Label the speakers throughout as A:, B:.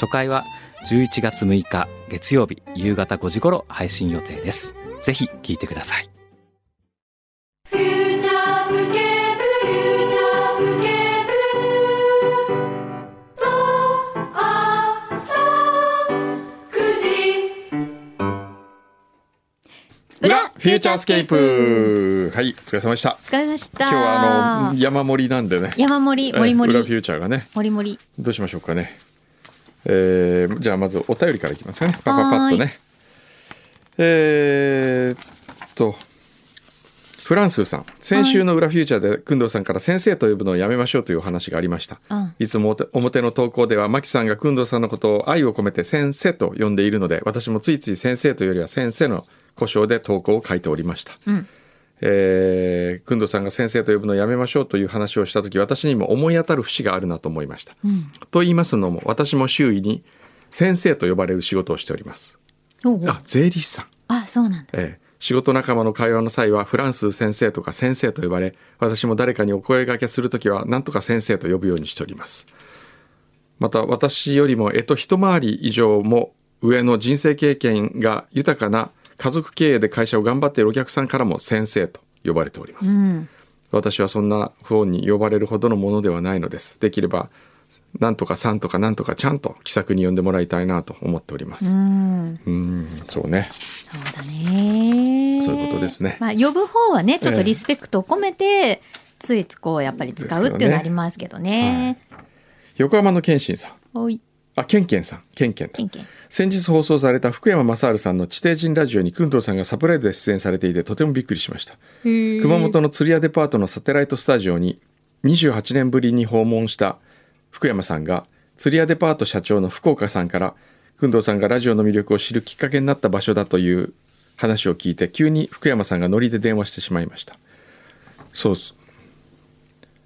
A: 初回は11月6日月曜日夕方5時頃配信予定ですぜひ聞いてください
B: 「フューチャースケープフューチャースケープル」「とあさ9時」
C: 裏フューチャースケープはいお疲れ様でした
D: お疲れ様でした
C: 今日はあの山盛りなんでね
D: 山盛
C: え
D: り
C: ー
D: もりも
C: 裏フュ
D: り
C: ーチャーがね
D: もりもり
C: どうしましょうかねえーじゃあまずお便りからいきますかねパパパッと
D: はーい
C: ねえーっとフランスーさん先週の裏フューチャーで工藤さんから先生と呼ぶのをやめましょうというお話がありました、
D: うん
C: いつも表表の投稿ではマキさんが工藤さんのことを愛を込めて先生と呼んでいるので私もついつい先生というよりは先生の故障で投稿を書いておりました、
D: ん
C: えー、くんどさんが先生と呼ぶのやめましょうという話をした時私にも思い当たる節があるなと思いました、と言いますのも私も周囲に先生と呼ばれる仕事をしております
D: おうおう
C: あ税理士さん、
D: あそうなんだ
C: えー仕事仲間の会話の際はフランス先生とか先生と呼ばれ私も誰かにお声掛けする時は何とか先生と呼ぶようにしておりますまた私よりもえと一回り以上も上の人生経験が豊かな家族経営で会社を頑張っているお客さんからも先生と呼ばれております、私はそんな方に呼ばれるほどのものではないのですできればなんとかさんとかなんとかちゃんと気さくに呼んでもらいたいなと思っておりますうんそうね
D: そうだね
C: そういうことですね
D: まあ呼ぶ方はねちょっ
C: え
D: と
C: え
D: リスペクトを込めてついついこうやっぱり使うっていうのはありますけどね
C: 横浜の謙信さん
D: おい
C: あケンケンさんケンケンだ
D: ケンケン
C: 先日放送された福山雅治さんの地底人ラジオに工藤さんがサプライズで出演されていてとてもびっくりしました熊本の釣り屋デパートのサテライトスタジオに28年ぶりに訪問した福山さんが釣り屋デパート社長の福岡さんから工藤さんがラジオの魅力を知るきっかけになった場所だという話を聞いて急に福山さんがノリで電話してしまいましたそうっす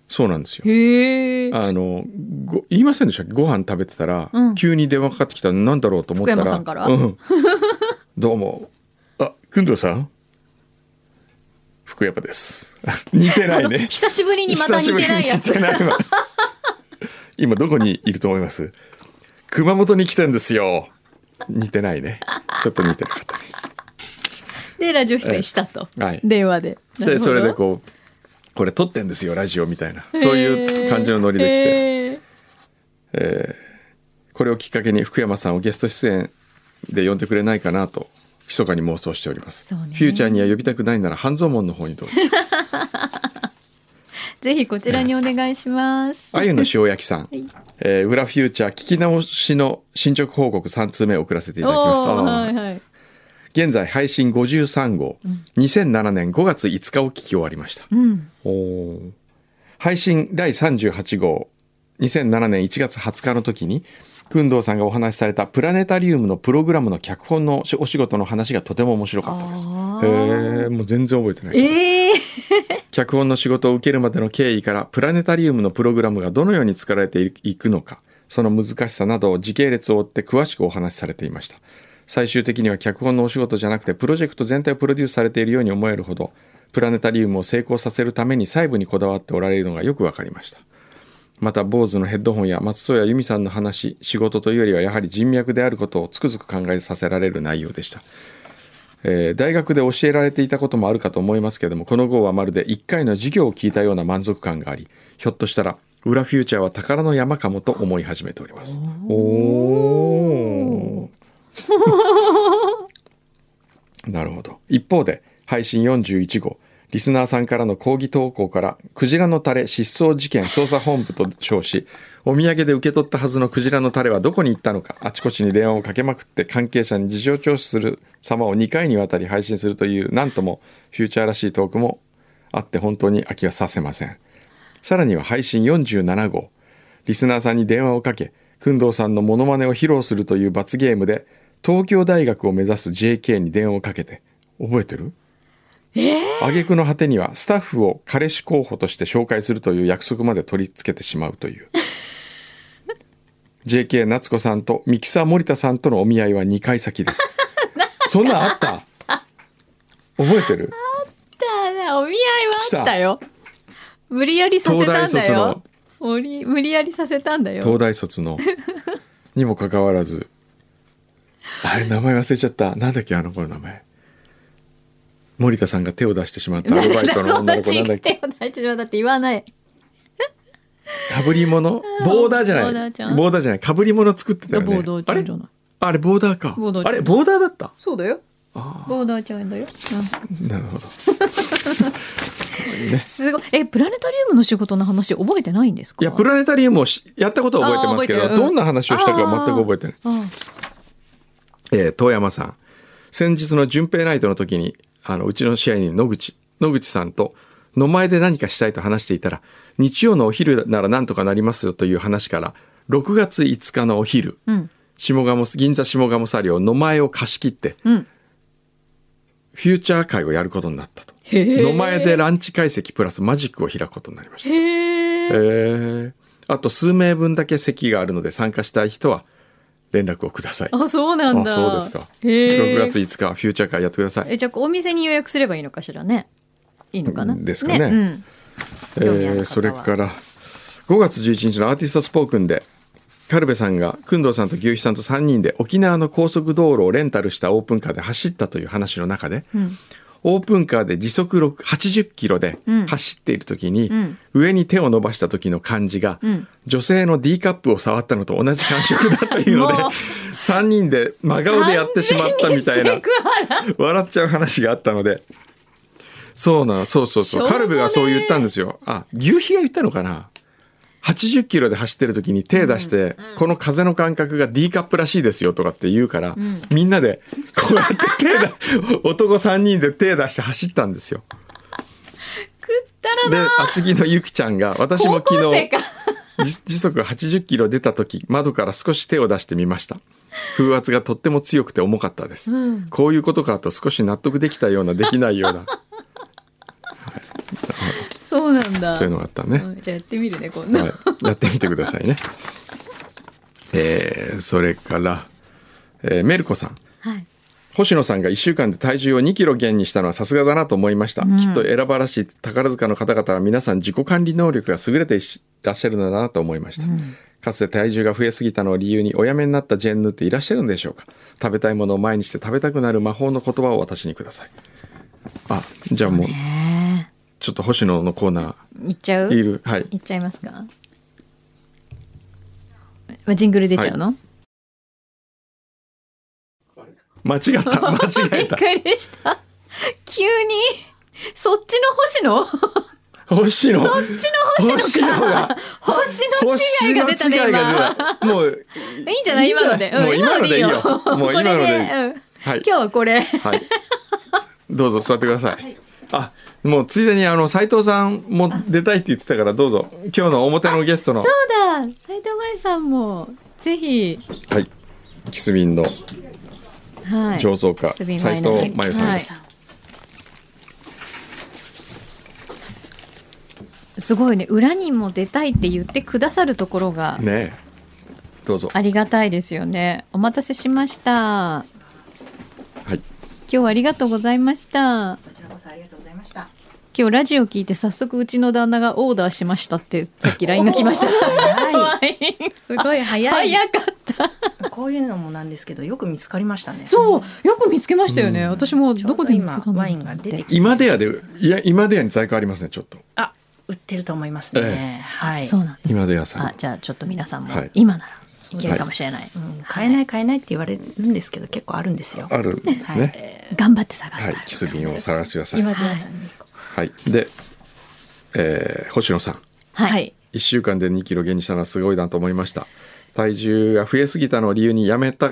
C: そうなんですよ
D: へえ
C: あのご言いませんでしたっけご飯食べてたら、
D: うん
C: 急に電話かかってきたらなんだろうと思ったら
D: 福山さんから
C: うん、 どうもあ工藤さん福山です 似てない ね
D: 久しぶりにまた似てないや
C: 久しぶ
D: つ
C: りに似てないわ 今どこにいると思います熊本に来てんですよ似てないねちょっと似てな かったね
D: でラジオ出演したと
C: はい
D: 電話でなる
C: で
D: ほど
C: それでこうこれ撮ってんですよラジオみたいなそういう感じのノリで来て、
D: へえ
C: これをきっかけに福山さんをゲスト出演で呼んでくれないかなと密かに妄想しております、
D: そうね
C: フューチャーには呼びたくないなら半蔵門の方にど うぞ
D: ぜひこちらにお願いします
C: あゆの塩焼きさん、えー裏フューチャー聞き直しの進捗報告3通目を送らせていただきます
D: おー
C: あー
D: はいはい
C: 現在配信53号、2007年5月5日を聞き終わりました、
D: うん
C: おー配信第38号2007年1月20日の時に工藤さんがお話しされたプラネタリウムのプログラムの脚本のお仕事の話がとても面白かったです。へえもう全然覚えてない。
D: ええ
C: 脚本の仕事を受けるまでの経緯からプラネタリウムのプログラムがどのように作られていくのかその難しさなどを時系列を追って詳しくお話しされていました最終的には脚本のお仕事じゃなくてプロジェクト全体をプロデュースされているように思えるほどプラネタリウムを成功させるために細部にこだわっておられるのがよくわかりましたまた坊主のヘッドホンや松任谷由実さんの話仕事というよりはやはり人脈であることをつくづく考えさせられる内容でしたえー大学で教えられていたこともあるかと思いますけれどもこの号はまるで1回の授業を聞いたような満足感がありひょっとしたら「裏フューチャーは宝の山かも」と思い始めております。おーなるほど一方で配信41号リスナーさんからの抗議投稿から「クジラのタレ失踪事件捜査本部」と称しお土産で受け取ったはずのクジラのタレはどこに行ったのかあちこちに電話をかけまくって関係者に事情聴取する様を2回にわたり配信するというなんともフューチャーらしいトークもあって本当に飽きはさせません。さらには配信47号。リスナーさんに電話をかけ、工藤さんのモノマネを披露するという罰ゲームで東京大学を目指す JK に電話をかけて覚えてる挙句の果てにはスタッフを彼氏候補として紹介するという約束まで取り付けてしまうという JK 夏子さんとミキサー森田さんとのお見合いは2回先ですそんなんあった覚えてる
D: だなお見合いはあったよ無理やりさせたんだ
C: 東大
D: よ
C: 卒
D: 無理無理やりさせたんだよ
C: 東大卒 のにもかかわらずあれ名前忘れちゃったなんだっけあの子の名前森田さんが手を出してしまったアルバイトの
D: そん
C: 女
D: な
C: の子
D: ち
C: なん
D: 手
C: だっ
D: を
C: け
D: 出してしまったって言わない
C: かぶり物ボーダーじゃない
D: ボ
C: ボー
D: ーダー
C: ダ
D: ちゃん
C: ーじゃないかぶり物作ってたよね
D: ボーダーち
C: あ
D: ゃん
C: れ
D: じゃない
C: あれボーダーか
D: ボーダーちゃん
C: あれボーダーだった
D: そうだよ
C: あ
D: ボーダーちゃんだよ、
C: ーなるほど
D: すごいえプラネタリウムの仕事の話覚えてないんですか
C: いやプラネタリウムをしやったことは覚えてますけ
D: あー
C: ど、
D: 覚えてるうん
C: どんな話をしたかは全く覚えてない
D: あ
C: えー遠山さん先日の順平ナイトの時にあのうちの試合に野口野口さんと野前で何かしたいと話していたら日曜のお昼ならなんとかなりますよという話から6月5日のお昼、
D: うん
C: 下鴨銀座下鴨サリオ野前を貸し切って、
D: うん
C: フューチャー会をやることになったと
D: へー
C: 野前でランチ会席プラスマジックを開くことになりました
D: へえ
C: へえあと数名分だけ席があるので参加したい人は連絡をください
D: あそうなんだ
C: あそうですか。
D: へえ
C: 6月5日フューチャー会やってください。
D: えじゃあお店に予約すればいいのかしらねいいのかな
C: ですかね
D: うん、
C: え
D: 興味ある方は
C: ーそれから5月11日のアーティストスポークンで。カルベさんが工藤さんと牛肥さんと3人で沖縄の高速道路をレンタルしたオープンカーで走ったという話の中で、オープンカーで時速6 80キロで
D: うん
C: 走っている時に、
D: ん
C: 上に手を伸ばした時の感じが、
D: うん
C: 女性の D カップを触ったのと同じ感触だというので
D: もう
C: 3人で真顔でやってしまったみたいな
D: 完全にセクハラ
C: 笑っちゃう話があったのでそうなのそうそう
D: しょ
C: そう
D: うもね
C: カルベがそう言ったんですよあ牛皮が言ったのかな80キロで走ってる時に手出して、この風の感覚が D カップらしいですよとかって言うから、みんなでこうやって手だ 男3人で手出して走ったんですよ
D: くったら
C: で
D: な
C: 厚木のゆきちゃんが私も
D: 高
C: 昨
D: 校生
C: 日
D: か
C: 時時速80キロ出た時窓から少し手を出してみました風圧がとっても強くて重かったです、こういうことかと少し納得できたようなできないような
D: そうなんだ
C: というのがあったね、
D: うんじゃあやってみるね今度、
C: はい、やってみてくださいねえーそれから、えーメルコさん
D: はい
C: 星野さんが1週間で体重を2キロ減にしたのはさすがだなと思いました、きっと選ばらしい宝塚の方々は皆さん自己管理能力が優れていらっしゃるのだなと思いました、かつて体重が増えすぎたのを理由にお辞めになったジェンヌっていらっしゃるんでしょうか食べたいものを毎日で食べたくなる魔法の言葉を私にくださいあじゃあもう
D: ね
C: ちょっと星野のコーナ
D: えいっちゃう
C: ーいる はい
D: いっちゃいますかまジングル出ちゃ うの、
C: 間違った間違え
D: びったくりした急にそっちの星野
C: 星野
D: そっちの星野か星の違いが出たね
C: 星の違いが出
D: 今
C: たもう
D: いいんじゃない今ので
C: もう
D: うん
C: 今のでいいよも
D: こ
C: う今
D: れ
C: のでいい
D: で、うん
C: はい
D: 今日はこれ
C: はい。どうぞ座ってください。あ、もうついでにあの斉藤さんも出たいって言ってたからどうぞ。今日の表のゲストの
D: そうだ斉藤舞さんもぜひ
C: はい。キスビンの
D: はい
C: 醸造家
D: すみま
C: 斉
D: せんね
C: 藤真由さんです。
D: はいすごいね裏にも出たいって言ってくださるところが
C: ねえ。どうぞ。
D: ありがたいですよねお待たせしました
C: はい。
D: 今日はありがとうございました
E: こちらこそありがとうございました。
D: 今日ラジオ聞いて早速うちの旦那がオーダーしましたってさっき LINE が来ま した
E: は
D: す
E: すごい早い
D: 早かった
E: い。こういうのもなんですけど、よく見つかりましたね。
D: そうよく見つけましたよね、私も
E: ちょう
D: どこで見つけたんだろう
E: 今ワインが出てき
C: 今出屋でいや今出屋に在庫ありますねちょっと。
E: あ、売ってると思いますね。
C: え
E: はい。
D: そうなんだ
C: 今出屋さん
D: あ。じゃあちょっと皆さんも
C: はい
D: 今ならいけるかもしれない、
E: うん買えない買えないって言われるんですけど、結構あるんですよ。
C: あるんですね。
D: 頑張って探し
C: はい
D: た、。
C: キスビンを探してください。
E: 今皆さんにこう
C: はい。で、えー星野さん。
D: はい
E: はい。
C: 1週間で2キロ減にしたのはすごいなと思いました体重が増えすぎたのを理由にやめた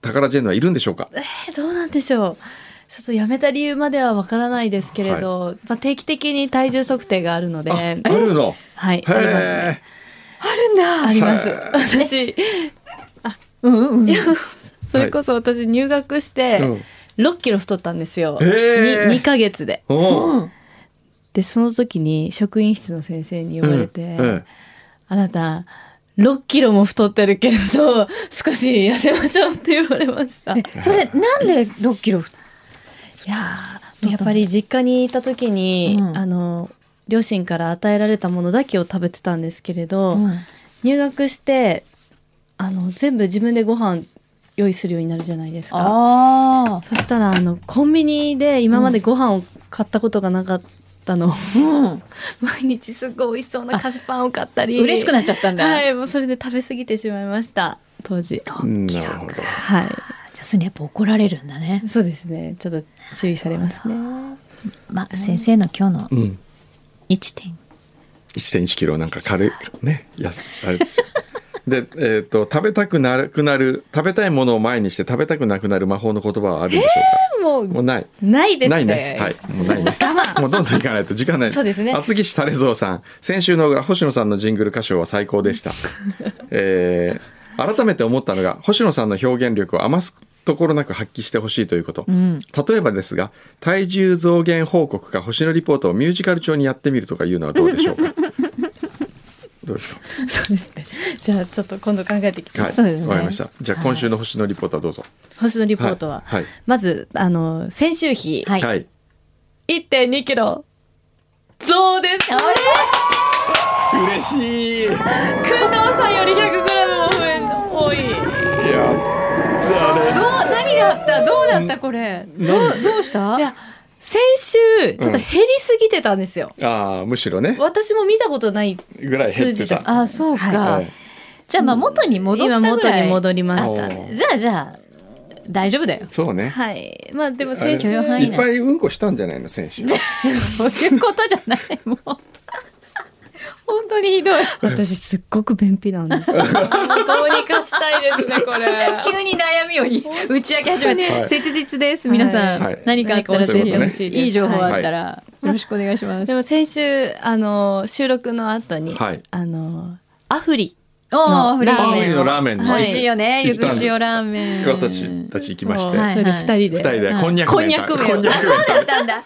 C: 宝ジェンヌはいるんでしょうか
F: えーどうなんでしょうちょっとやめた理由まではわからないですけれど、まあ、定期的に体重測定があるので
C: ああるの
F: はい
C: へ
F: ありますね
C: え
F: るんだあります私
D: うんうんうん。
F: それこそ私入学して
C: うん
F: 6キロ太ったんですよ、
C: へー
F: に2ヶ月で
C: おう
F: でその時に職員室の先生に言われて、
C: うんうん
F: あなた6キロも太ってるけれど少し痩せましょうって言われましたい
D: えそれなんで6キロ
F: やーやっぱり実家にいた時に、
D: うん
F: あの両親から与えられたものだけを食べてたんですけれど、入学してあの全部自分でご飯用意するようになるじゃないですか
D: ああ。
F: そしたらあのコンビニで今までご飯を買ったことがなかったの、
D: うん。
F: 毎日すごい美味しそうな菓子パンを買ったり
D: 嬉しくなっちゃったんだ。
F: はいもうそれで食べ過ぎてしまいました当時
C: うんなるほど
F: はい
D: じゃあそれやっぱ怒られるんだね。
F: そうですねちょっと注意されますね
D: まあ先生の今日の
C: うん
D: 1点。
C: 1.1キロなんか軽いねやすあれですよで、えー、と食べたくなくなる食べたいものを前にして食べたくなくなる魔法の言葉はあるんでしょ
F: も
C: うか、もう
F: う
C: ない
F: ないですね
C: ないねはいもうないねもうどんどんいかないと時間ない
F: そうですね
C: 厚木市タレゾウさん先週の裏星野さんのジングル歌唱は最高でしたえー改めて思ったのが星野さんの表現力を余すところなく発揮してほしいということ、
D: うん。
C: 例えばですが体重増減報告か星のリポートをミュージカル調にやってみるとかいうのはどうでしょうかどうですか
F: そうですねじゃあちょっと今度考えてきま
C: は
F: す、
C: い
D: そうですね
C: わかりましたじゃあ今週の星のリポートはどうぞ
F: 星野リポートは、
C: はい
F: まずあの先週比、
D: はい。
C: はい
F: 1.2キロ増です
D: あれ
C: 嬉しいや
F: 工藤さんより100グラムも増え多い
D: どう何があったどうだったこれ。どうどうした？
F: いや先週ちょっと減りすぎてたんですよ、
C: あーむしろね
F: 私も見たことない
C: ぐらい減っ
F: 数
C: て
F: 字だ
C: た
D: あそうか。
C: はい
D: じゃあまあ元に戻った
F: 今
D: ぐらい。
F: 元に戻りま
C: お
F: したね
C: ー。
D: じゃあじゃあ大丈夫だよ
C: そうね
F: はいまあでも
C: あれ
F: 先
C: です
F: 週
D: 許容範
C: い
D: 囲
C: っぱいうんこしたんじゃないの選手
D: そういうことじゃないもう本当にひどい。
F: 私すっごく便秘なんですよどうにかしたいですね これ
D: 急に悩みをい打ち明け始めて、
C: はい
D: 切実です皆さん、
C: はい
D: 何かあったら
C: 何か
D: ぜ
C: 教えてほ
D: ひ
F: しいです
D: いい情報あったらよろしくお願いします。
F: でも先週あの収録の後に、
C: はい
F: あのアフリ
D: おー
F: の
D: ラー
C: 青
D: メ
C: 森
D: ン
C: のラーメンの
F: はい
D: 美味しいよねゆ
C: 行
D: ず
C: ったんです
D: 塩ラーメン。
C: 私たち行きまして
F: を
D: はい
F: それで二人
C: 二
F: で、
C: 人でこんにゃく麺食べ
F: こ
C: こ
F: ん
C: ん
F: に
C: に
F: ゃ
C: ゃ
F: く
C: く麺食べ
D: だったんだ。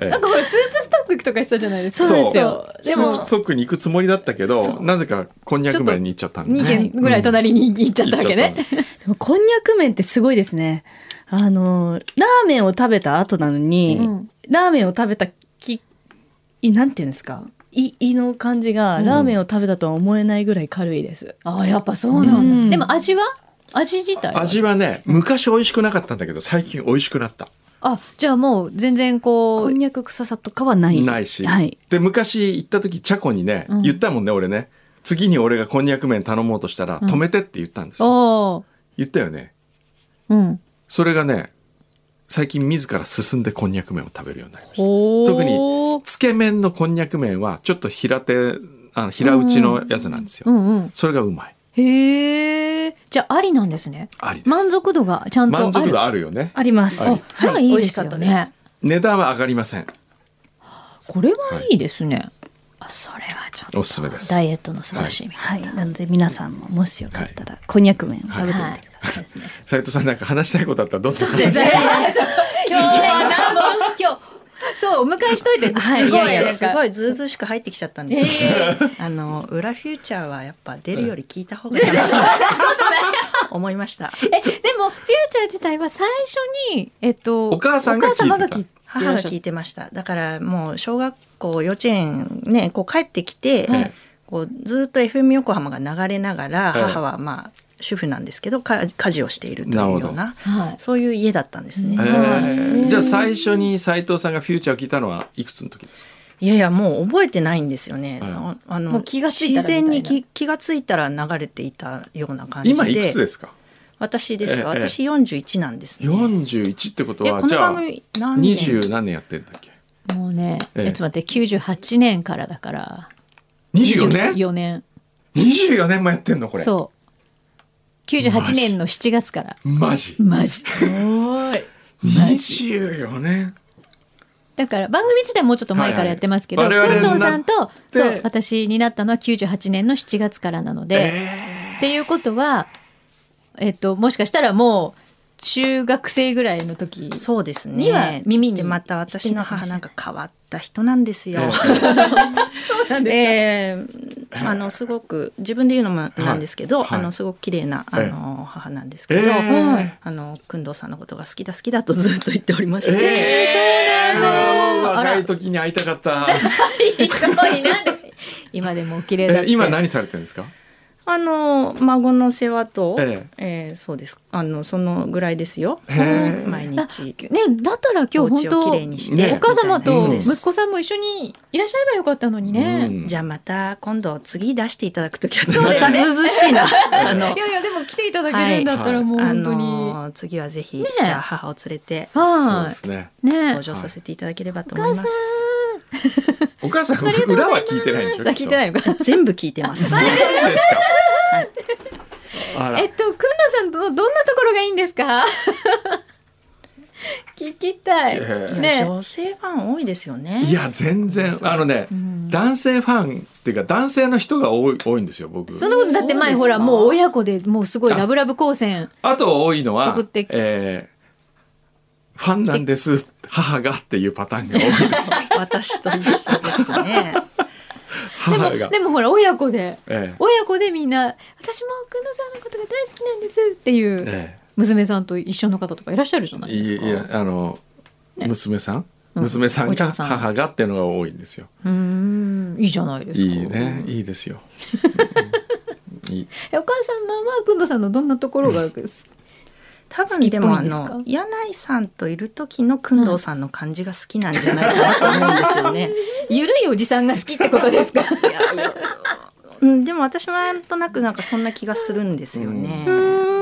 C: ええ
D: なんかほらスープストックとか言ってたじゃないですか。
F: そうなんですよ
C: そう
D: でも
C: スープストックに行くつもりだったけどなぜかこんにゃく麺に行っちゃったんだ
D: 二
C: ね
D: 軒ぐらい隣に行っちゃったわけね。
C: 行っちゃっ
F: でもこんにゃく麺ってすごいですね。あの、ラーメンを食べた後なのに、
D: うん
F: ラーメンを食べたき、い、なんていうんですかい、胃の感じが、ラーメンを食べたとは思えないぐらい軽いです。
D: あやっぱそうな
F: うん
D: だ。
F: ん
D: でも味は味自体は
C: 味はね昔美味しくなかったんだけど最近美味しくなった
D: あじゃあもう全然こ
F: こ
D: うん
F: にゃく臭さとかはない。
C: ないし、
F: はい。
C: で昔行った時チャコにね、
D: うん
C: 言ったもんね俺ね次に俺がこんにゃく麺頼もうとしたら、止めてって言ったんですよ
D: おー
C: 言ったよね
D: うん
C: それがね最近自ら進んでこんにゃく麺を食べるようになりました特
D: 特
C: につけ麺のこんにゃく麺はちょっと平手あの平打ちのやつなんですよ、
D: うんうん
C: それがうまい
D: へえじゃあありなんですね
C: ありです
D: 満足度がちゃんとある
C: 満足度あるよね
F: あります。
C: はい
F: は
D: じゃあいいですよ
F: 美味しかった
D: ね、
F: です。
C: 値段は上がりません
D: これはいいですね、あそれはちょっと
C: おすすめです
D: ダイエットの素晴らしいみたい
F: はい。なので皆さんも、もしよかったら、こんにゃく麺を食べてみてくだ
D: な、
F: さい。
D: はいそうですね
C: 斉藤さんなんか話したいことあったらどんどん話して
D: いやいや今日今日そうお迎えしといてすごい,、
E: はい、いやいや
D: なんか
E: すごいずうずうしく入ってきちゃったんですけど、あの裏フューチャーはやっぱ出るより聞いた方がいいなと思いま した。
D: えでもフューチャー自体は最初にえっと
C: お母さんが聞いてた
D: お母様が聞いて
E: 母が聞
D: い
E: いてました。だからもう小学校幼稚園ねこう帰ってきて、
C: はい
E: こうずっと FM 横浜が流れながら、
C: はい
E: 母はまあ主婦なんですけどか家事をしていると
C: なる
E: い
C: ほ
E: う
C: ど
E: ような
D: はい
E: そういう家だったんですね。
C: えーじゃあ最初に斉藤さんがフューチャーを聞いたのはいくつの時ですか
E: いやいやもう覚えてないんですよね。
C: はい
E: ああの
D: もう気がついたらみたいな
E: 自然に気気がついたら流れていたような感じで。
C: 今いくつですか
E: 私ですか。
C: ええ
E: 私四十一なんですね。
C: 41ってこと
E: えこ
C: はじゃ
E: の番
C: あ
E: 組何
C: 二
E: 年
C: 十何年やってんだっけ
D: もうね、
C: ええ
D: え、ちょっと待って、98年からだから。
C: 24年
D: 4年。
C: 24年もやってんのこれ
D: そう。98年の7月から。
C: マジ
D: マジ。
F: すごい。
C: 24年
D: だから番組自体もうちょっと前からやってますけど、
C: はいはい
D: く
C: 我
D: んど
C: 々
D: う
C: にな
D: さ
C: っ
D: ん
C: て
D: とそう私になったのは98年の7月からなので、っていうことは、えっと、もしかしたらもう中学生ぐらいの時
E: そうですね。
D: には耳に
E: でまた私の母なんか変わった人なんですよ。ええあのすごく自分で言うのもなんですけど、
C: はいはい
E: あのすごく綺麗なあ
C: ええ
E: の母なんですけど、
C: ええ
E: あのくんどうさんのことが好きだ好きだとずっと言っておりまして、
C: えー、
D: そうなの
C: 若い時に会いたかった。
D: 今でもお綺麗だっ
C: え
D: て
C: 今何されてるんですか。
E: あの孫の世話と、
C: え
E: ええそうです。あのそのぐらいですよ。
C: へえ
E: 毎日。
D: ね、だったら
E: お
D: 今日
E: 家をきれい
D: 本
E: にし
D: 当、
E: て、
C: ね
D: お母様と
C: うん
D: 息子さんも一緒にいらっしゃればよかったのにね。
C: うん
E: じゃあまた今度次出していただくときは
D: そう
E: ま
D: です
E: た
D: ね
E: ずうずうし いな。あの
D: いやいやでも来ていただけるんだったらもう
E: あ
D: 本当に、
E: のー次はぜひ、
D: え
E: じゃあ母を連れて
C: そう
D: は
C: ですね。
D: いね
E: 登場させていただければと
D: お
E: 思い
D: 母さん
E: ます。
C: お母さん
D: ありがとうござ
C: 裏
D: います
C: は聞いてないんでしょ。。
D: あ聞いてないいのか
E: 全部聞いてます。
C: マジですか。あら
D: えっとくんどさんのどんなところがいいんですか 聞きたい
C: ええ
D: ね
E: 女性ファン多いですよね。
C: いや全然あのね、男性ファンっていうか男性の人が多い多いんですよ僕。
D: そんなことだって前
E: そ
D: ほ
E: うで
D: ら
E: すか
D: もう親子でもうすごいラブラブ光線
C: あと多いのは
D: 送って
C: えーファンなんです母がっていうパターンが多いです。
E: 私と一緒ですね。
D: でも
C: 母が。
D: でもほら親子で
C: ええ
D: 親子でみんな私もくんどさんのことが大好きなんですっていう
C: え
D: 娘さんと一緒の方とかいらっしゃるじゃな
C: え
D: いで
C: い
D: すか
C: やいやあの、娘さん
D: うん
C: 娘さん
D: お
C: が
D: 嬢さん
C: 母がっていうのが多いんですよ。
D: うーんいいじゃないですか
C: いいねいいです よ。うんいい
D: えお母様はくんどさんのどんなところが好き
E: 多
D: 好き
E: 分
D: っぽい
E: でもあ
D: ですか
E: の柳井さんといる時の工藤さんの感じが好きなんじゃないかなと思うんですよね。
D: ゆるいおじさんが好きってことですか
E: いやいやうんでも私もなんとなくなんかそんな気がするんですよね。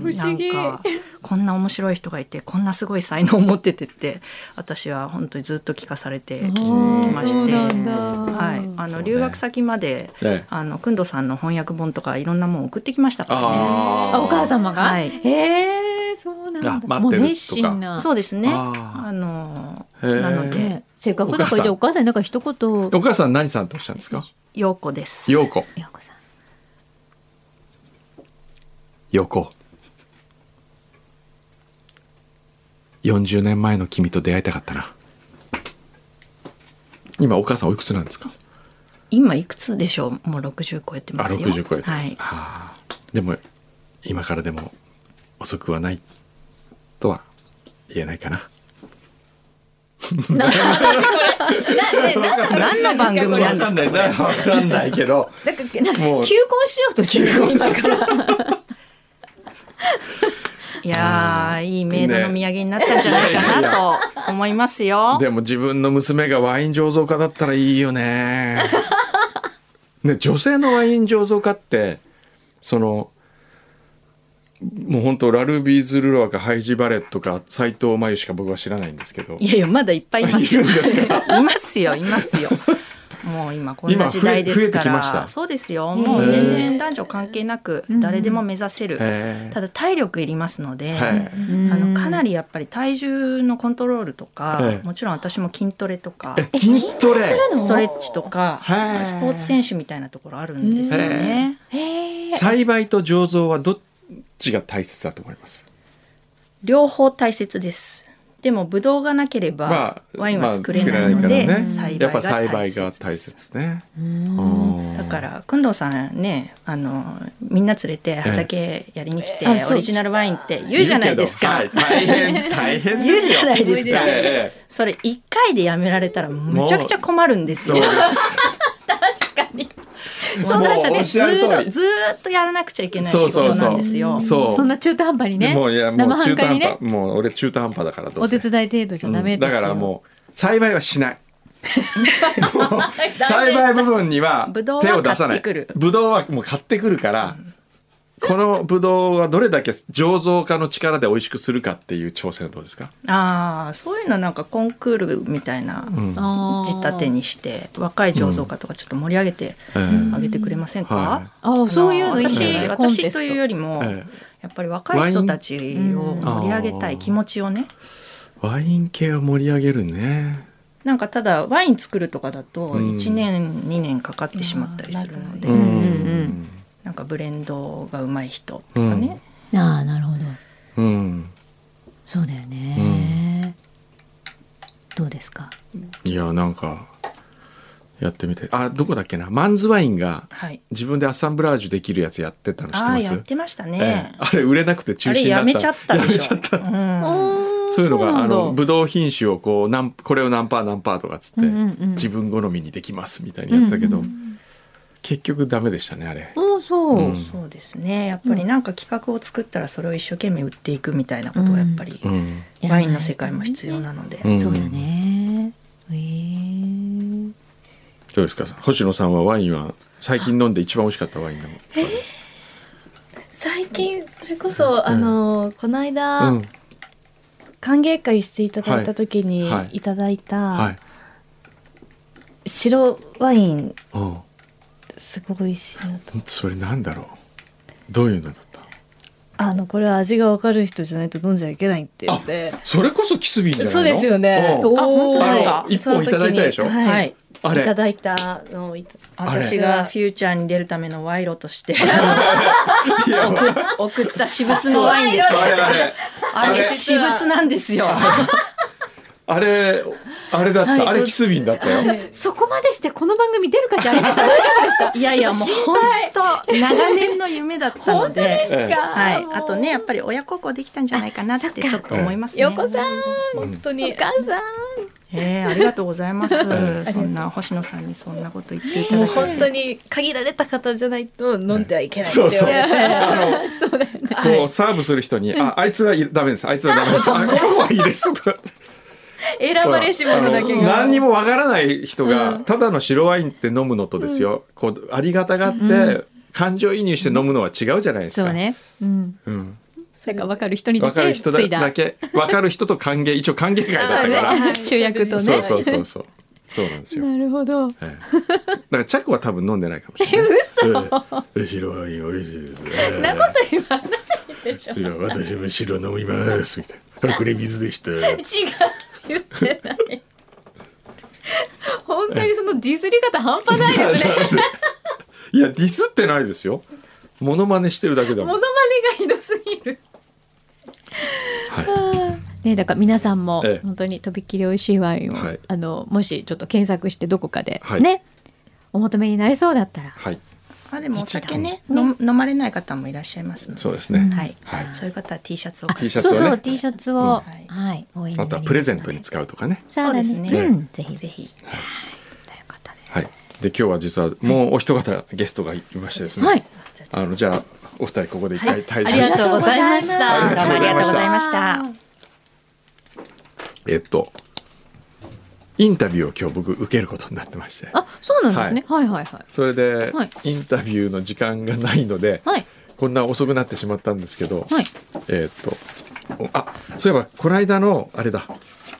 D: 不思議
E: なんかこんな面白い人がいてこんなすごい才能を持っててって私は本当にずっと聞かされてきま
D: そ
E: し
D: う
E: て、
D: なんだ
E: はい、
C: そ
E: あ
C: う
E: の
C: ね
E: 留学先まで、
C: ええ
E: あのくんどさんの翻訳本とかいろんなもん送ってきましたからね。
C: あ
D: あお母
C: ん。
D: 様が、
E: はい
D: へえそうなんだ
C: あ待ってるとか
D: もう熱心な
E: そうですね。
C: あー
E: あの
C: へえ
E: なので
D: ねせっかくだからじゃあお
C: お
D: 母さんになんか一言よう
C: お母さん何さんとおっしゃるんですか。
E: 陽子です。
C: 陽子
D: こさん
C: 陽子40年前の君と出会いたかったな今お母さんおいくつなんですか
E: 今いくつでしょう。もう六十超えて
C: あ
E: ますよ。
C: 60超えて、
E: はい。
C: あーでも今からでも遅くはないとは言えないかな
D: ねなんか
E: 何の番組なんですか。
C: ないなわかんないけど
D: なんかなんか
C: もう
D: 求婚しようとしてる今から
E: いやーいいメイドの土産になったんじゃないかなと思いますよ。
C: でも自分の娘がワイン醸造家だったらいいよね。ね女性のワイン醸造家ってそのもう本当ラルビーズルロアかハイジバレットか斎藤真由しか僕は知らないんですけど
E: いやいやまだいっぱいいますよ。
C: いるんです
E: いますよいますよ。もう今こんな時代です
C: 今増
E: から。
C: え増えてきました
E: そうですよ。もう全然男女関係なく誰でも目指せる。
C: へー
E: ただ体力いりますので。
C: はい
E: あのかなりやっぱり体重のコントロールとか、
C: ええ
E: もちろん私も筋トレとか
C: え筋トレ
E: ストレッチとか、
C: へえ
E: スポーツ選手みたいなところあるんですよね。
C: 栽培と醸造はどっちが大切だと思います
E: 両方大切です。でもブドウがなけれ
C: まあ
E: ばワインは作れ
C: まあ
E: ないので、
C: 作れないからね
E: 栽
C: やっぱ
E: 培
C: 栽培
E: が大
C: が
E: 切
C: 大
E: です。
C: 切ねうん
E: だから、くんどうさんね、あの、みんな連れて畑やりに来て、
D: あそう
E: オリジナルワインって言うじゃないですか。
C: 言うけどはい大変大変ですよ
E: 言うじゃないですか
C: ええ
E: それ一回でやめられたら、むちゃくちゃ困るんですよ。
D: 確かに
E: そ
C: も
E: う
C: う
E: だした
C: お
E: ね、
C: っ
E: ず
C: しゃる通
E: ーっ
C: り
E: と、ずーっとやらなくちゃいけない仕
C: そうそう
E: 事
C: そう
E: なんですよ。
C: そう
D: そんな中途半端にね
C: もういやもう
D: 生半
C: 中途
D: 可
C: 半
D: に
C: 端、
D: ね
C: もう俺中途半端だからどう
D: お
C: せ
D: 手伝い程度じゃダメですよ、
C: うんだからもう栽培はし ないもう栽培部分には
E: ぶどうは
C: 手を出さない
E: 買ってくる
C: ぶどうはもう買ってくるから、このぶどうがどれだけ醸造家の力で美味しくするかっていう挑戦はどうですか
E: ああ、そういうのなんかコンクールみたい
D: あ
E: な
D: ー
E: 仕立てにして、若い醸造家とかちょっと盛り上げて
C: うん
E: あげてくれません
C: は
E: か
C: い、
D: あーそういうのいい
E: 私
D: ねコンテ
E: 私
D: スト
E: というよりも、
C: ええ
E: やっぱり若い人たちを盛り上げたい気持ちをね、
C: ワイン系は盛り上げるね
E: なんかただワイン作るとかだと
C: うん
E: 1年、2年かかってしまったりするので、
C: うん
D: うん
E: なんかブレンドがうまい人とかね、
D: ああなるほど
C: うん、
D: そうだよね、どうですか
C: いやなんかやってみてあどこだっけなマンズワインが
E: はい
C: 自分でアッサンブラージュできるやつやってたの知って
E: ああ
C: ま
E: や
C: す
E: ってました
C: え
E: ね
C: え、あれ売れなくて中
E: あ
C: 止
E: れ
C: になった
E: やめちゃったでしょ
C: やめちゃった
E: うん
C: そういうのがあの
D: ぶ
C: ブドウ品種をこうなんこれを何パー何パーとかっつって、
D: うんうんうん
C: 自分好みにできますみたいにやってたけど、
D: うんう
C: 結局ダメでしたねあれ。
D: おーそう、
C: うん
E: そうですねやっぱりなんか企画を作ったらそれを一生懸命売っていくみたいなことはやっぱり
C: うん
E: ワインの世界も必要なので、
C: うん
D: そうだねえー、
C: どうですか星野さんはワインは最近飲んで一番美味しかったワインなの、
F: 最近それこそあのこの間、
C: うん
F: 歓迎会していただいた時に
C: はいはい
F: いただい
C: は
F: た
C: い、
F: 白ワイン
C: うん、
F: すごい美味しいなと
C: それなんだろうどういうのだった
F: あのこれは味がわかる人じゃないと飲んじゃいけないって言って
C: それこそキスビンじゃないの
F: そうですよね
C: うん
E: あ
D: おー
E: 本当で
C: あ
E: す
C: の
E: か
C: 一本いただいたでしょ、
F: その時にはい
E: はい
C: あ
F: いた
C: れ
F: だいたのをいた
C: あれ
E: 私がフューチャーに出るための賄賂として
C: いやあれ
E: 送った私物のワインですよ
C: あれ
E: あ
C: あれ
E: れ私物なんですよ
C: あれあれだった、
F: はい
C: あれキスビンだったよ、
F: はい
D: じゃあそこまでしてこの番組出る価値ありました大丈夫でした
E: いやいやもう本当長年の夢だったので
C: ええ
E: はい
D: もう
E: あとねやっぱり親孝行できたんじゃないかなってちょっと思いますね
D: 横さん
F: 本当
D: お
F: に
D: 母さん
E: えーありがとうございます
C: え
E: そんな星野さんにそんなこと言っていた
F: もう
E: だけ
F: 本当
E: て
F: に限られた方じゃないと飲んではいけないって
C: そうそう。
F: 言われて
C: あの、こうサーブする人に、あ、あいつはいダメです。あいつはダメです。あ、この子はいいです。とか。
D: 選ばれし者だけ
C: あの
D: が
C: 何にもわからない人が、ただの白ワインって飲むのとですよ。こうありがたがって、感情移入して飲むのは違うじゃないですか。
D: そうねうん
C: うん。
D: なんか分かる人にだ
C: わか
D: け
C: る
D: つ
C: 人だ
D: いだ
C: だけ、わかる人と歓迎、一応歓迎会だったから。
D: ね集約と ね
C: そうそうそう そう。そうなんですよ。
D: なるほど
C: ええだからチャクは多分飲んでないかもしれない。嘘、ええ白ワイン美味しいですね。
D: そんなこと言わないでしょ
C: 白私も白飲みますみたいな。あこれ水でした。
D: 違う言ってない本当にそのディスり方半端ないですね
C: いやディスってないですよ。モノマネしてるだけだ
D: モ
C: も
D: ノマ
C: ん。
D: ネがひどすぎる
C: は
D: ねだから皆さんも
C: ええ
D: 本当にとびっきり美味しいワインを、
C: はい
D: あのもしちょっと検索してどこかで、
C: はい
D: ねお求めになれそうだったら
C: はい、
E: あでもお酒ね
D: 一段
E: 飲飲まれない方もいらっしゃいますので
C: そうですね。
E: はい
C: はい
E: そういう方は T シャツを買って
C: T シャツ
D: そう
C: をね。
D: そう T シャツを、はい
E: い、
D: 応援
C: あとはプレゼントに使うとかね。
D: そうですね
E: そうですね
D: うん、ぜひぜ
E: ぜ
D: ひ
E: ひ
D: ということで
C: はい。で今日は実はもうお一方ゲストがいましてですね。
D: はい。
C: あのじゃあお二人ここで一回退場
F: ありが
C: して。
F: とうございました
C: ありがとうございました
E: どうもありがとうございました
C: えっとインタビューを今日僕受けることになってまして。
D: あそうなんですね、はい、はいはい
C: それで、
D: はい
C: インタビューの時間がないので、
D: はい
C: こんな遅くなってしまったんですけど、
D: はい
C: えーっとおあそういえばこの間のあれだ、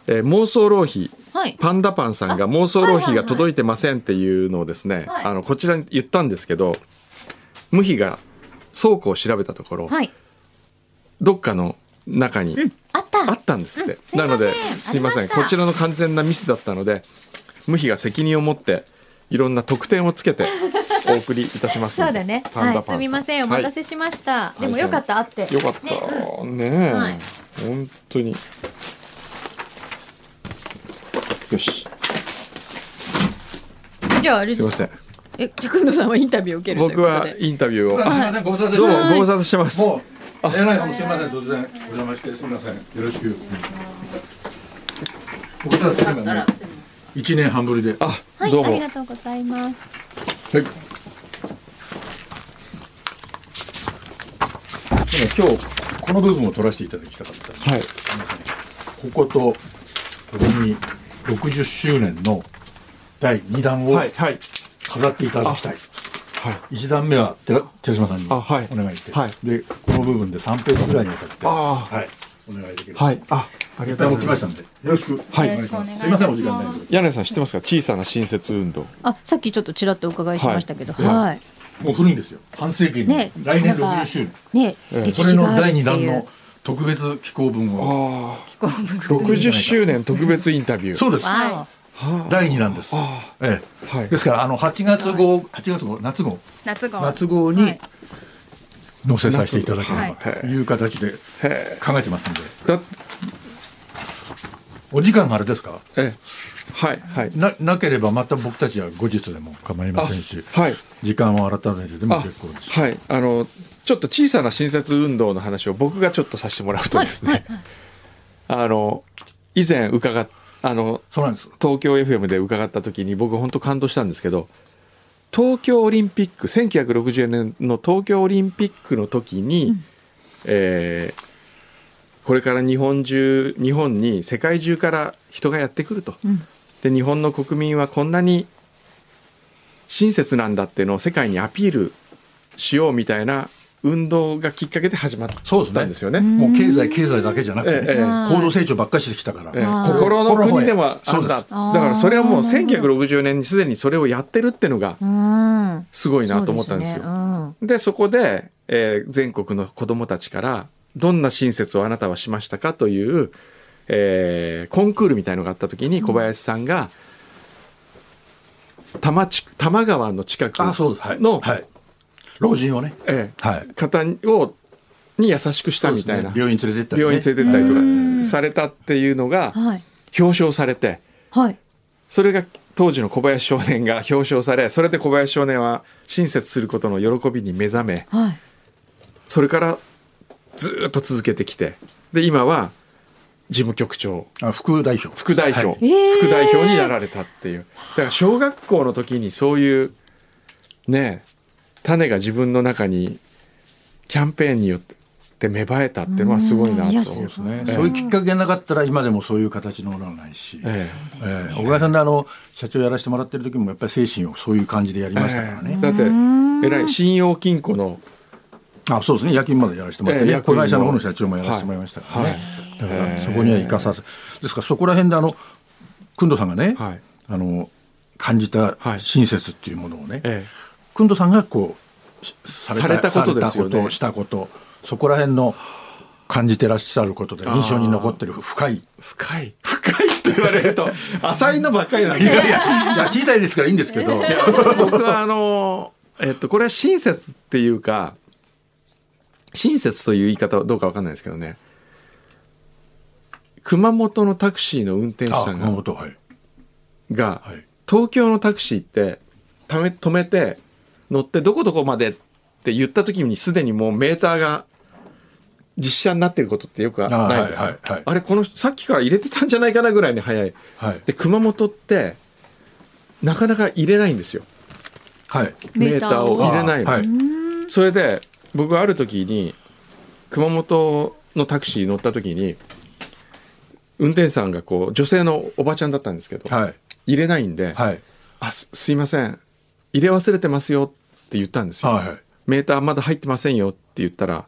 C: えー妄想浪費
D: はい
C: パンダパンさんが妄想浪費が届いてませんっていうのをですね、
D: はい
C: あのこちらに言ったんですけど無比が倉庫を調べたところ、
D: はい
C: どっかの中に
D: あった
C: あったんですって、
D: うん
C: なのですす
D: い
C: い
D: ま
C: ま
D: せん
C: せんこちらの完全なミスだったので無比が責任を持っていろんな特典をつけてお送りいたします
D: そ
C: の
D: う
C: で
D: だね
C: パン
D: は
C: ダ
D: い
C: パン
D: すみませんお待たせしました、
C: い
D: でもよかったあって、
C: はいよかったねえ、
D: はい
C: 本当によし
D: じゃああれ
C: すい
D: で
C: ますせん
D: えじゃあくんどさんはインタビューを受けるという
C: 僕
D: こと
C: は
D: で
C: インタビューをあ
G: なんかお待たせし
C: どう
G: ま
C: もご無沙汰してます
G: す。もう、えらいかもしれません、突然、お邪魔して、すみません、よろしく。僕たちすればね、一年半ぶりで。
C: あ
D: はい
C: どう
D: あ
C: も
D: りがとうございます
G: はい。でも今日、この部分を取らせていただきたかったんです。
C: はい
G: ここと、ともに、六十周年の第二弾を
C: はいはい
G: 飾っていただきたい。
C: はい
G: 一段目は寺寺島さんに
C: あ
G: お
C: はい
G: 願いして、
C: はい
G: でこの部分で3ページぐらいにわたって、
C: あー
G: はい、お願いできる
C: はいあありが
G: いっぱ
C: と
G: いう
C: ござい
G: もう来ま
C: ま
G: した
C: す
G: んでよろしく
C: はい
G: お願いしますすいませんお時間ないので
C: 柳井さん知ってますか小さな親切運動
D: あさっきちょっとちらっとお伺いしましたけど
C: はい
D: はい
G: もう古いんですよ半世紀に、
D: ね
G: 来年
D: なんか
G: 60周年
D: ね、
C: ええ
D: 歴
G: それ
D: 史
G: の
D: があるって
G: 第
D: い
G: 2
D: う
G: 弾の特別寄稿文を
C: あ
E: 飛行部
C: あ60周年特別インタビュー
G: そうです
D: わ
C: はあ
G: 第2弾です、
C: あ
G: え
C: あは
G: え、
C: い
G: ですからあの8月号8月号夏号
E: 夏号
G: 夏号に載せさせていただけ
C: は
G: れ
C: い
G: ばという形で
C: へ
G: 考えてますんで
C: えだ
G: お時間があれですか
C: ええはいはい
G: ななければまた僕たちは後日でも構いませんし、
C: あはい
G: 時間を改めてでも
C: あ
G: 結構です
C: はいあのちょっと小さな新設運動の話を僕がちょっとさせてもらうとですね、あの以前伺っあの
G: そうなんです
C: 東京 FM で伺った時に僕本当感動したんですけど東京オリンピック1964年の東京オリンピックの時に、えーこれから日本中日本に世界中から人がやってくると、で日本の国民はこんなに親切なんだっていうのを世界にアピールしようみたいな運動がきっかけで始まっ
G: そうですね
C: たんですよね。
G: もう経済経済だけじゃなくて、
C: ええええ
G: 高度成長ばっかりしてきたから、
C: ええ
D: あー
C: 心の国でもあ
G: そ
C: ん
G: うで
C: だだ
G: す
C: からそれはもう1960年にすでにそれをやってるっていうのが
D: うん。
C: すごい
D: そ
C: な
D: う
C: と思ったんですよ。
D: ねうん
C: でそこで、えー全国の子どもたちからどんな親切をあなたはしましたかという、えーコンクールみたいのがあった時に小林さんが多摩地多摩川の近く
G: あそうですはい、
C: の、
G: はい、老人をね、
C: えー
G: はい、
C: 方をに優しくしたみたいな、
G: そうですね病院連れてったり、ね、
C: 病院連れてったりとかされたっていうのが
D: はい。
C: 表彰されて。
D: はい。
C: それが当時の小林少年が表彰されそれで小林少年は親切することの喜びに目覚め
D: はい。
C: それからずっと続けてきてで今は事務局長
G: あ副代表
C: 副代表、
G: はい
D: えー
C: 副代表になられたっていうだから小学校の時にそういうねえ種が自分の中にキャンペーンによって芽生えたっていうのはすごいな
D: うんいや
C: と
D: す
C: 思
D: ご
C: う
D: い
G: そうですね、そういうきっかけがなかったら今でもそういう形のものはないし、
C: え
G: ええ小川さんであの社長やらせてもらってる時もやっぱり精神をそういう感じでやり
C: え
G: ましたからね、
C: だってえらい信用金庫の
G: あそうですね夜勤までやらせてもらって、
C: ええ
G: ね
C: 夜
G: 子
C: 勤も
G: 会社の方の社長もやらせてもらいましたからね、
C: はい
G: だからそこには生かさず、ですからそこら辺であの工藤さんがね、
C: はい
G: あの感じた
C: はい
G: 親切っていうものをね、
C: ええ
G: 工藤さんがこうしさ
C: されたことですよね
G: されたことしたことそこら辺の感じてらっしゃることで印象に残ってる深い
C: 深い深いって言われ ると浅いのばっかりなん
G: い
C: で
G: やいやいや小さいですからいいんですけど、
C: 僕はあのえっとこれは親切っていうか親切という言い方はどうかわかんないですけどね熊本のタクシーの運転手
G: あ
C: さん
G: 熊
C: が
G: 本はい
C: が、
G: はい
C: 東京のタクシーってため止めて乗ってどこどこまでって言った時にすでにもうメーターが実写になってることってよく
G: あ
C: ないですよ
G: はいはいはい
C: あれこの人さっきから入れてたんじゃないかなぐらいに早い。
G: はい
C: で熊本ってなかなか入れないんですよ
G: はい
C: メーターを入れないの、
G: はい
C: それで僕ある時に熊本のタクシー乗った時に運転手さんがこう女性のおばちゃんだったんですけど、
G: はい
C: 入れないんで「
G: はい
C: あすすいません入れ忘れてますよ」って言ったんですよ、
G: はいはい
C: メーターまだ入ってませんよ」って言ったら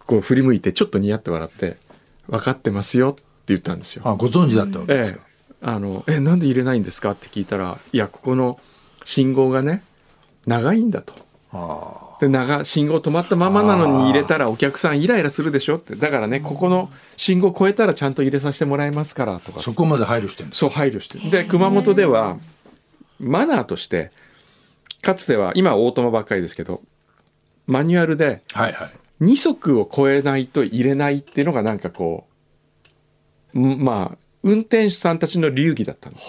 C: こう振り向いてちょっとニヤって笑って「分かってますよ」って言ったんですよ
G: あご存知だったわけです
C: え
G: よ、
C: え、あのえなんで入れないんですかって聞いたらいやここの信号がね長いんだと
G: あ
C: で長信号止まったままなのに入れたらお客さんイライラするでしょってだからねここの信号越えたらちゃんと入れさせてもらいますからとか
G: あそこまで配慮してるんです
C: そう配慮してるで熊本ではマナーとしてかつては今はオートマばっかりですけどマニュアルで
G: はいはい
C: 2足を超えないと入れないっていうのがなんかこうんまあ運転手さんたちの流儀だったんです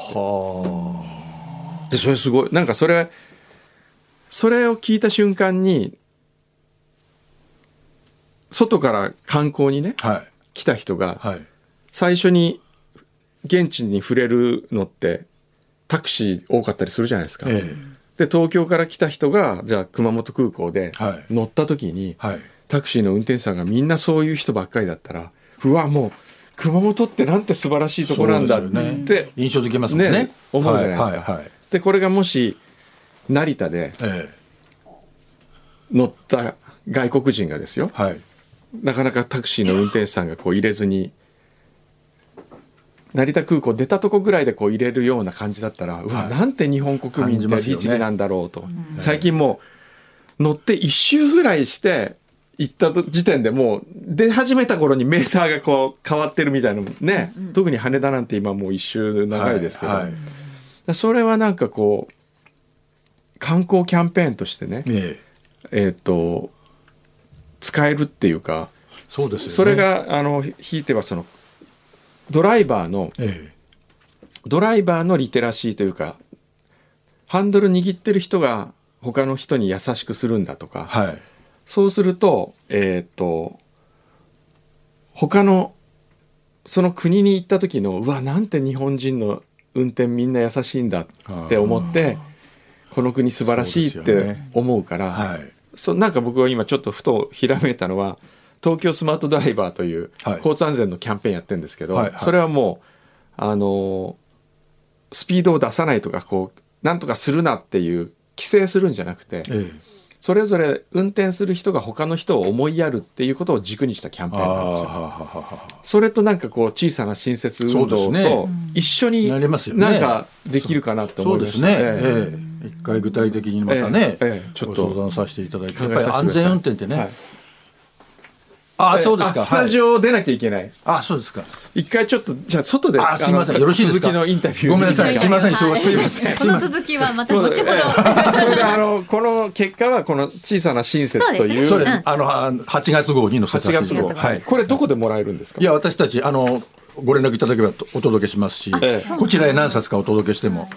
C: でそれすごいなんかそれそれを聞いた瞬間に外から観光にね
G: はい
C: 来た人が
G: はい
C: 最初に現地に触れるのってタクシー多かったりするじゃないですか。
G: ええ
C: で東京から来た人がじゃあ熊本空港で
G: はい
C: 乗った時に、
G: はい
C: タクシーの運転手さんがみんなそういう人ばっかりだったらうわもう熊本ってなんて素晴らしいとこなんだっ
G: そうですよね
C: てで,、
G: 印象づけますもんね
C: ね思うじゃないですか
G: はいはいはい
C: これがもし成田で
G: ええ
C: 乗った外国人がですよ
G: はい
C: なかなかタクシーの運転手さんがこう入れずに成田空港出たとこぐらいでこう入れるような感じだったらうわ、
G: はい
C: なんて日本国民って
G: 感じますよね
C: 律儀なんだろうと、最近もう乗って1周ぐらいして行ったと時点でもう出始めた頃にメーターがこう変わってるみたいなのもね、特に羽田なんて今もう一周長いですけど、
G: はいはい
C: それはなんかこう観光キャンペーンとしてね、
G: ええ
C: えー、と使えるっていうか
G: そうですよね
C: それがあのひいてはそのドライバーの
G: え
C: ドライバーのリテラシーというかハンドル握ってる人が他の人に優しくするんだとか、
G: えはい
C: そうするとえっ、と他のその国に行った時のうわなんて日本人の運転みんな優しいんだって思ってこの国素晴らしいっ
G: そうです
C: て
G: よね
C: 思うから
G: はい
C: そうなんか僕は今ちょっとふとひらめいたのは東京スマートドライバーという
G: はい
C: 交通安全のキャンペーンやってるんですけど、
G: はいはい
C: それはもうあのースピードを出さないとかこうなんとかするなっていう規制するんじゃなくて
G: ええ
C: それぞれ運転する人が他の人を思いやるっていうことを軸にしたキャンペ
G: あ
C: ーンなん
G: あ
C: です
G: は
C: よ。
G: ははは
C: それとなんかこう小さな親切運
G: そ
C: 動
G: うですね
C: と一緒に
G: なりますよね
C: なんかできるかなって
G: そ
C: 思
G: う
C: いま
G: です
C: した
G: ね、ええ一回具体的にまたね、
C: ええええちょっと
G: ご相談させていただいて
C: 考
G: やっ
C: え
G: ぱり
C: させてください
G: 安全運転ってね、
C: はい
G: ああそうですか
C: あスタジ
G: オ、
C: オを出なきゃいけない。
G: はいあそうですか
C: 一回ちょっとじゃあ外で
G: あすいません
C: あの
G: よろしいですか
C: 続きのインタビュー
G: ごめんなさい
C: です
G: いません
D: はい
C: すいません
D: この続きはまた後ほど。
C: ええそれであのこの結果はこの小さな親切という
G: それ、
D: うん
G: あのあ8月号に載せさせ
C: 8
G: て
C: 月号、
G: いただきますはい
C: これどこでもらえるんですか
G: いや私たちあのご連絡いただければとお届けしますし、
C: ええ
G: こちらへ何冊かお届けしても、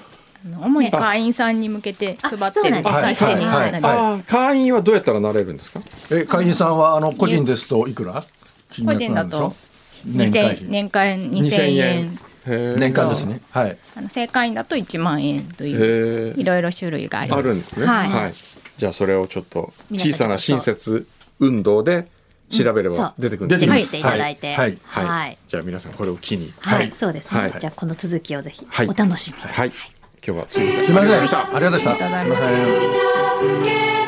H: 主に会員さんに向けて配ってる
D: あ
H: 冊子
D: そうなんです
H: に
D: はい
H: なります
C: ああ会員はどうやったらなれるんですか
G: え会員さんはあの個人ですといくら金額なんでしょ
H: 年
G: 年会
H: 間
G: 費
H: 年間2000円
C: へえ
G: 年間ですねはい
H: あの正会員だと1万円と
C: へ
H: い
C: え
H: ういろいろ種類があります
C: あるんですね
H: はい
C: じゃあそれをちょっと
D: 皆さん
C: 小さな親切運動で調べれ
D: うんそ
C: ば
D: う
C: 出てくるん
G: 出
C: です
D: チ
G: てき
D: ェ
G: ま
D: ックし
G: す
D: ていただいて。
G: はい
C: はい、
D: はい。
C: じゃあ皆さんこれを機に
D: はい、そうです
C: はい
D: ね。じゃあこの続きをぜひ
C: はい
D: お楽しみに。
C: はい、今日はすみません
G: すいませんありがとうございました
H: ありがとうございます
G: ません
B: フューチャースケープ